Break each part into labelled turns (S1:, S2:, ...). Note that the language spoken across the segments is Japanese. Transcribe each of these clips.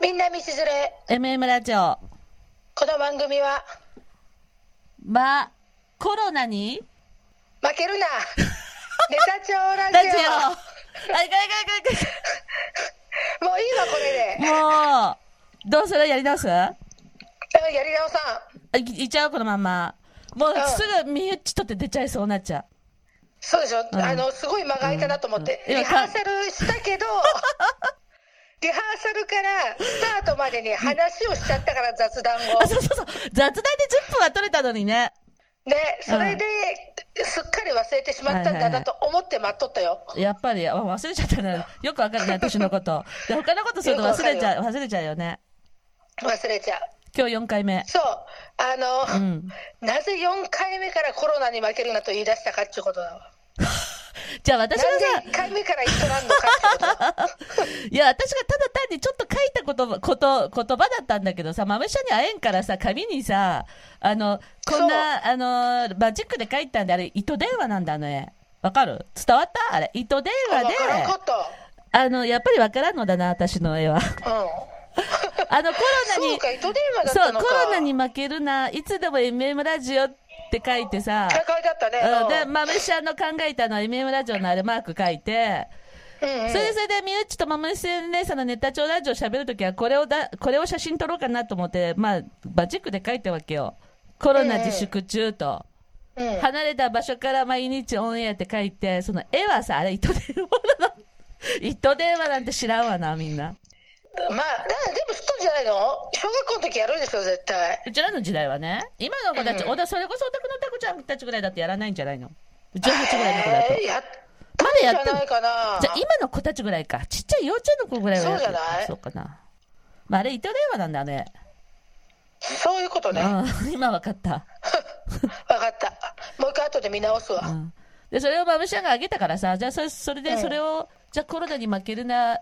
S1: 南しずれ
S2: MM ラジオ。
S1: この番組は
S2: ま、コロナに
S1: 負ける なネタ帳ラジ
S2: ラ
S1: オ
S2: ジオ。あ、いかいかいかい
S1: もういいわこれで
S2: か。もう、どうするやり直すあ
S1: うんやり直さん
S2: いいっちゃうこのまんま。もうすぐ身内取って出ちゃいそうになっちゃ
S1: そうでしょ、
S2: うん
S1: あのすごい間が空いたなと思って、
S2: うんいや
S1: リハーサルしたけ どリハーサルからスタートまでに話をしちゃったから雑談
S2: う。
S1: を
S2: あ、そうそうそう。雑談で10分は取れたのにね。
S1: ねそれですっかり忘れてしまったんだなと思って待っとったよ、
S2: やっぱり、あ忘れちゃったな。よくわかんない、私のこと。で、他のことすると忘れちゃう、忘れちゃうよね。
S1: 忘れちゃう
S2: 今日4回目。
S1: そうあ
S2: う
S1: の、
S2: ん。
S1: なぜ4回目からコロナに負けるなと言い出したかっていうことだわ
S2: じゃあ私が
S1: な
S2: さ
S1: ん、で1回目から言っとらんのかってこと
S2: いや、私がただ単にちょっと書いたことば、こと、言葉だったんだけどさ、まむしゃに会えんからさ、紙にさ、あの、こんな、あの、マジックで書いたんで、あれ、糸電話なんだ、あの絵。わかる伝わったあれ、糸電
S1: あ
S2: 話
S1: 分
S2: で、
S1: からんかった
S2: あの、やっぱりわからんのだな、私 の絵は。
S1: うん
S2: あの、コロナ
S1: そ
S2: に
S1: う、か糸電話だっ
S2: そ
S1: た
S2: う、
S1: の
S2: コ
S1: か
S2: ロナに負けるな、いつでも MM ラジオって書いてさ、
S1: 大会だったね
S2: うんで、
S1: うん
S2: まむしゃの考えたの MM ラジオのあれマーク書いて、
S1: うんうん
S2: それでそれで、みゆっちとまむし姉さんのネタ帳ラジオ喋るときは、これをだ、これを写真撮ろうかなと思って、まあ、バジックで書いたわけよ。コロナ自粛中と。
S1: うん
S2: 離れた場所から毎日オンエアって書いて、その絵はさ、あれ、糸電話なの。 糸電話なんて知らんわな、みんな。
S1: まあだでも知っとんじゃないの小学校の時やるでしょ絶対
S2: うちらの時代はね、今の子たち、
S1: うん
S2: おだそれこそオタクのタコちゃんたちぐらいだってやらないんじゃないの ?18 ぐらいの子だと
S1: え。ーやっ
S2: まだ
S1: じ
S2: や
S1: ゃ
S2: ってる
S1: ないかな
S2: じゃあ今の子たちぐらいか。ちっちゃい幼稚園の子ぐらいはやって
S1: そうじゃない
S2: そうかな。まあ、あれ、糸電話なんだね。
S1: そういうことね分
S2: うん、今分かった、
S1: かったもう一回後で見直すわ、
S2: うん、でそれをまぶしゃが上げたからさじゃあそれそれ
S1: う
S2: で
S1: ん
S2: それを、じゃあコロナに負けるな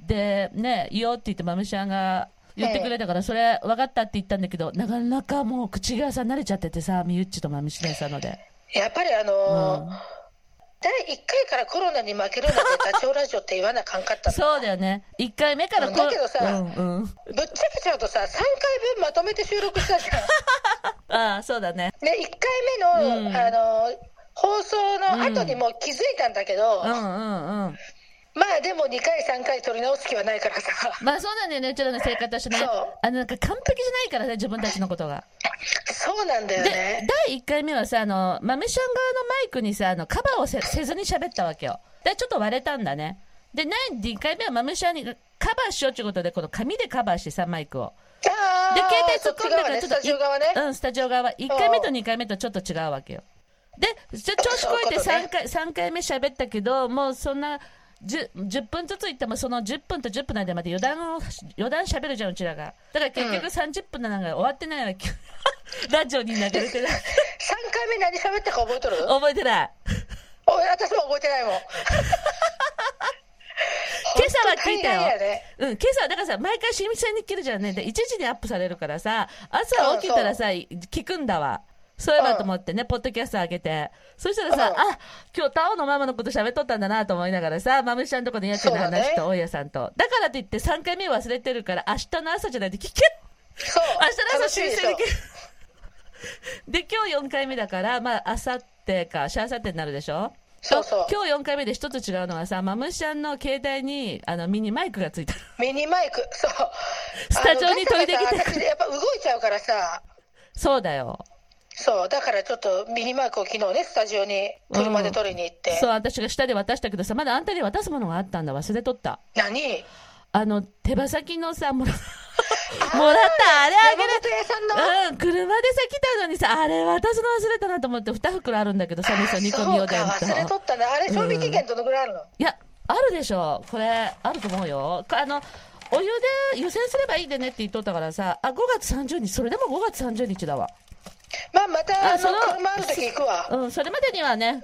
S2: でねいいよって言ってまぶしゃが言ってくれたから、それ分かったって言ったんだけどなかなかもう口がさ慣れちゃっててさみゆっちとまぶしゃさんので、
S1: やっぱりあのー
S2: うん、
S1: 第1回からコロナに負けるなんてダチョウラジオって言わなあかんかったの
S2: そうだよね1回目から
S1: だけどさ
S2: うんうん、
S1: ぶっちゃけちゃうとさ3回分まとめて収録したじゃん
S2: ああそうだね
S1: ね、1回目の,、
S2: うん
S1: あの放送の後にもう気づいたんだけど、
S2: うんうんうん
S1: まあでも2回、3回取り直す気はないからさ、
S2: まあそうなんだよねうちらの生活としてね
S1: そう
S2: あのなんか完璧じゃないからね自分たちのことが
S1: そうなんだよ
S2: で
S1: ね、、
S2: 第1回目はさ、あの、マメシャン側のマイクにさ、あの、カバーをせせずに喋ったわけよ。で、ちょっと割れたんだね。で、なん2回目はマメシャンにカバーしようってことで、この紙でカバーしてさ、マイクを。
S1: あー
S2: で、携帯
S1: そ
S2: 突っ
S1: っち
S2: 込んだ
S1: 側
S2: か
S1: ね、
S2: ら、ち
S1: ス
S2: ょっと
S1: タジオ側ね、
S2: うん、スタジオ側。1回目と2回目とちょっと違うわけよ。で、ちょ調子こいて
S1: そういう
S2: 3
S1: こ
S2: 回、三回目喋ったけど、もうそんな、10, 10分ずつ言っても、その10分と10分の間まで余談を、余談喋るじゃん、うちらが。だから結局30分なんか終わってないわけよ。 ラジオに流れてない。
S1: 3回目、何喋ったか覚えとる
S2: 覚えてない。
S1: お私も覚えてないもん。
S2: 今朝は聞
S1: 本当大変
S2: いた
S1: や
S2: よ。
S1: ね
S2: うん、今朝はだからさ、毎回新鮮に聞けるじゃんね。で、1時にアップされるからさ、朝起きたらさ、聞くんだわ。そういえばと思ってね、ポッドキャスト上げて。そしたらさ、
S1: うん
S2: あ、今日タオのママのこと喋っとったんだなと思いながらさ、マムシちゃんとこの家賃の
S1: そうだ
S2: 話
S1: ね
S2: と大家さんと。だからといって3回目忘れてるから、明日の朝じゃないと聞け
S1: そう
S2: 明日の朝新鮮に聞け
S1: 楽しいでしょ
S2: で、今日4回目だから、まあ、あさってか、しあさってになるでしょ
S1: そうそう
S2: 今日4回目で一つ違うのはさ、マムシちゃんの携帯に、あの、ミニマイクがついた。
S1: ミニマイク、そう、
S2: スタジオに飛び出てきた
S1: あのだからさ私やっぱ動いちゃうからさ、
S2: そうだよ。
S1: そう、だからちょっとミニマイクを昨日ね、スタジオに車で取りに行って、
S2: そう、私が下で渡したけどさ、まだあんたに渡すものがあったんだ。忘れとった。
S1: 何
S2: あの、手羽先の さ、もらもらった、あれ
S1: 山
S2: あげる。
S1: 本屋さんの、
S2: うん、車でさ、来たのにさ、あれ渡すの忘れたなと思って、二袋あるんだけどさ、味噌煮込み
S1: そ
S2: お
S1: うか
S2: でん
S1: 忘れと
S2: と。
S1: ったなあれ賞味期限どのぐらいあるの、
S2: いや、あるでしょ。これ、あると思うよ。こあの、お湯で湯煎すればいいでねって言っとったからさ、あ、5月30日、それでも5月30日だわ。
S1: まあまた
S2: あ
S1: あの
S2: その
S1: 車ある時行くわ
S2: うん、それまでにはね、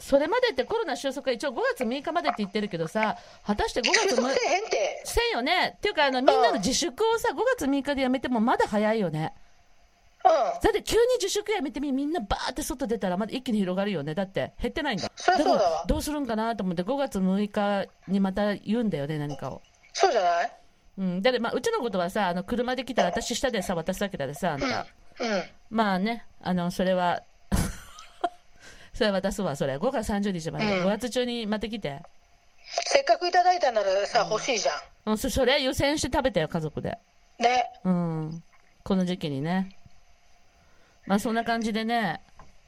S2: それまでってコロナ収束が一応5月6日までって言ってるけどさ、果たして5
S1: 収
S2: 月
S1: 束
S2: 6日
S1: せ。えへんって
S2: せんよね。っていうか、あの、みんなの自粛をさ、5月3日でやめてもまだ早いよね。
S1: うん
S2: だって急に自粛やめてみ、みんなバーって外出たらまだ一気に広がるよね。だって減ってないんだ。
S1: そりゃそうだわ
S2: からどうするんかなと思って、5月6日にまた言うんだよね、何かを。
S1: そうじゃない
S2: うん、だってまあ、うちのことはさ、あの車で来たら私下でさ、渡すだけだでさ、あんた。
S1: うん。
S2: まあね、あの、それは、 それは渡すわ、それ。5月30日まで。
S1: うん
S2: 5月中にまた来て。
S1: せっかくいただいたならさ、欲しいじゃん。
S2: うん、そそれ優先して食べたよ、家族で。
S1: ね。
S2: うん。この時期にね。まあ、そんな感じでね。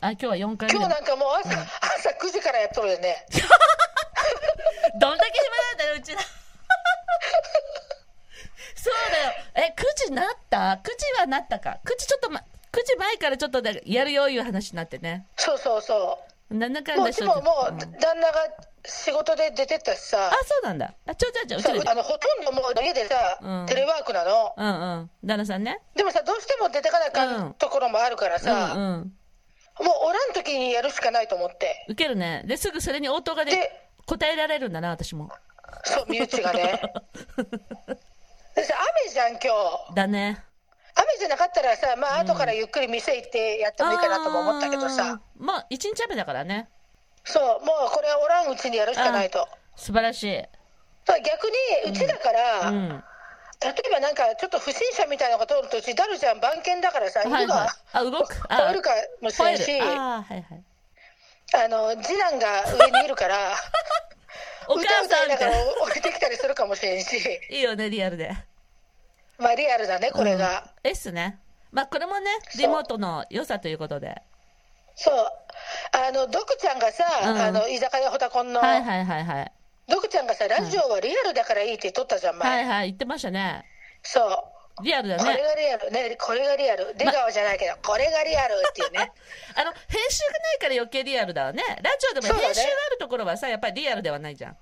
S2: あ、今日は4回目
S1: 今
S2: で
S1: 日。なんかもう朝、朝9時からやっとるよね。
S2: どんだけ暇なんだよ、うちら。 そうだよ。え、9時なった ?9 時はなったか。9時ちょっと、ま、9時前からちょっとでやるよ、いう話になってね。
S1: そうそうそ
S2: なんだか
S1: う。も
S2: ん
S1: うう
S2: だ
S1: ち
S2: し
S1: もも
S2: うん
S1: う、旦那が仕事で出てったしさ
S2: あ、、そうなんだ。あ、ちょ、ちょ、ち
S1: そ
S2: ょ、う
S1: う
S2: ちら
S1: あのほとんどもう家でさ、
S2: うん
S1: テレワークなの。
S2: うんうん。旦那さんね。
S1: でもさ、どうしても出てかなあか
S2: うんん
S1: ところもあるから
S2: う
S1: さ、
S2: んうん。
S1: もうおらん時にやるしかないと思って。
S2: 受けるね。で、すぐそれに応答がで
S1: で、
S2: 答えられるんだな、私も。
S1: そう、身内が ね。でさ、雨じゃん、今日。
S2: だね。
S1: 雨じゃなかったらさ、まあ後からゆっくり店行ってやってもいいかなとも思ったけどさ、
S2: あー。まあ、一日目だからね。
S1: そう、もうこれはおらんうちにやるしかないと。
S2: 素晴らしい。
S1: そう逆にうちだから、
S2: うん。
S1: 例えばなんかちょっと不審者みたいなのが通るとうちダルちゃん番犬だからさ
S2: はい
S1: 犬
S2: はい
S1: が。
S2: あ、動く。あ、
S1: 吠えるかもしれんし
S2: 吠えるあーはいはい。
S1: あの次男が上にいるから
S2: お母
S1: 歌
S2: さ
S1: 歌
S2: ん
S1: い
S2: み
S1: なが
S2: た
S1: ら
S2: い
S1: 降りてきたりするかもしれんし
S2: な。いいよね、リアルで。
S1: まあリアルだねこれが、
S2: うん。ですね。まあ、これもね、
S1: そう
S2: リモートの良さということで。
S1: そうあのドクちゃんがさ、
S2: うん
S1: あの居酒屋ホタコンの、
S2: はいはいはいはい。
S1: ドクちゃんがさラジオはリアルだからいいって言っとったじゃん前、
S2: はいはい、言ってましたね。
S1: そう
S2: リアルだ
S1: これ
S2: ね。
S1: がリアルねこれがリアル出川じゃないけど、これがリアルっていう ね
S2: あの、編集がないから余計リアルだわね。ラジオで
S1: そ
S2: も
S1: うだね
S2: 編集があるところはさ、やっぱりリアルではないじゃん。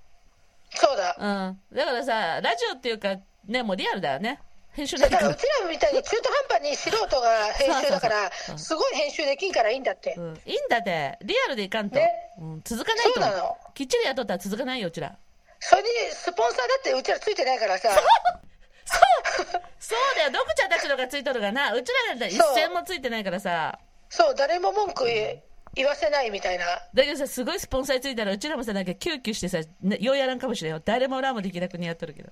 S1: そうだ
S2: うん。だからさ、ラジオっていうか、ね、もうリアルだよね。編集
S1: だ
S2: ないか
S1: からう
S2: ら
S1: ち。らみたいに中途半端に素人が編集だから
S2: そうそうそう
S1: すごい編集できんからいいんだって
S2: うん、いいんだって、リアルでいかんと。
S1: ね
S2: うん、続かないと思う
S1: そうなの
S2: きっちり雇ったら続かないよ、うちら。
S1: それにスポンサーだってうちらついてないから さ
S2: そうだよ、ドクちゃんたちのがついとるがな。うちらが一銭もついてないからさ。
S1: そう誰も文句言言わせないみたいな
S2: だけどさ、すごいスポンサーについたら、うちらもさ、なんか救急してさ、ね、ようやらんかもしれんよ。誰もラもできなくにやっとるけど。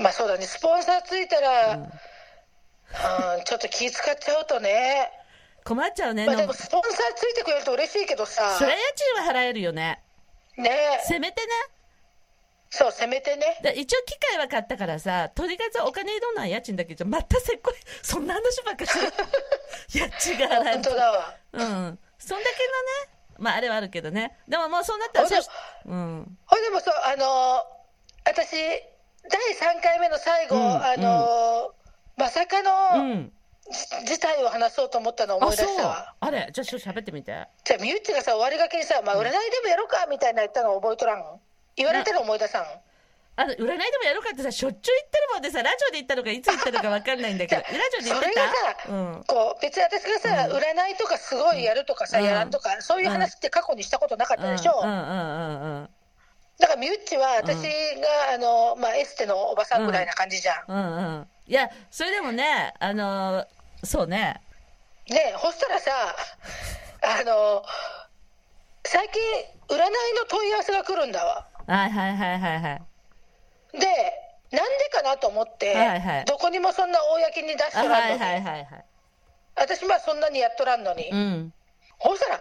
S1: まあそうだねスポンサーついたら、うん、ちょっと気使っちゃうとね、
S2: 困っちゃうね。
S1: まあ、
S2: で
S1: でも
S2: も
S1: スポンサーついてくれると嬉しいけどさ
S2: それは家賃は払えるよね。
S1: ね
S2: せめてね。
S1: そうせめてね
S2: だ一応機械は買ったからさ、とりあえずお金どんなん家賃だけじゃ、またせっこい。そんな話ばっ かしてる。家賃が払え
S1: 本当
S2: る。
S1: だわ
S2: うん。そんだけのね、まああれはあるけどね。でももうそうなったら
S1: あでも
S2: そううん。
S1: ほいでもそうあのー私第3回目の最後、
S2: うん
S1: あのーまさか
S2: う
S1: の、
S2: ん。
S1: 事態を話そうと思ったのを思
S2: あ、
S1: い出
S2: そう
S1: したわ。
S2: あれ、じゃあちょっと喋ってみて。
S1: じゃあみゆっちがさ終わりがけにさ「まあ、占いでもやろうか」みたいな言ったの覚えとらん言われたら思い出さん
S2: あの占いでもやろうかってさしょっちゅう言ってるもんでさラジオで言ったのかいつ言ったのか分かんないんだけどラジオで言
S1: そ
S2: って
S1: れが
S2: た
S1: さ、
S2: うん
S1: こう別に私がさ、占いとかすごいやるとかさ、
S2: うん
S1: やらんとかそういう話って過去にしたことなかったでしょ、
S2: うんうんうんうん
S1: だからみゆっちは私が、あのまあ、エステのおばさんぐらいな感じじゃん、
S2: うんうんいやそれでもねあのーそうね
S1: ねえほしたらさあの最近占いの問い合わせが来るんだわ
S2: はいはいはいはいはい
S1: でなんでかなと思って、
S2: はいはい
S1: どこにもそんな公に出し
S2: あ
S1: と
S2: は
S1: らんの
S2: い
S1: に、
S2: はいはいはい
S1: 私まあそんなにやっとらんのに、
S2: うん
S1: ほしたら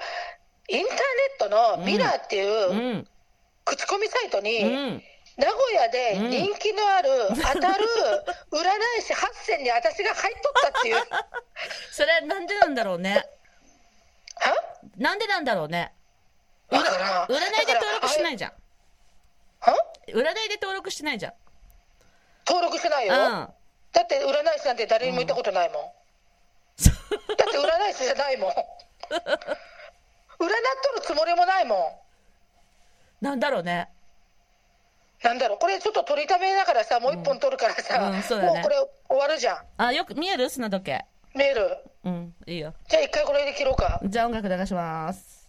S1: インターネットのミラーって
S2: う
S1: いうん口コミサイトに、
S2: うん
S1: 名古屋で人気のある当たる占い師8選に私が入っとった っていうは
S2: それはなんでなんだろうねなんでなんだろうね
S1: だから
S2: 占いで登録してない
S1: い
S2: じゃん
S1: は
S2: 占いで登録してないじゃん
S1: 登録してないよ、
S2: うん
S1: だって占い師なんて誰にも行ったことないもん、だって占い師じゃないもん占っとるつもりもないもん
S2: なんだろうね
S1: なんだろうこれちょっと取りためだからさもう一本取るからさ、
S2: うんそうだね
S1: もうこれ終わるじゃん
S2: あよく見える砂時計
S1: メール
S2: うんいいよ
S1: じゃあ一回これで切ろうか
S2: じゃあ音楽流します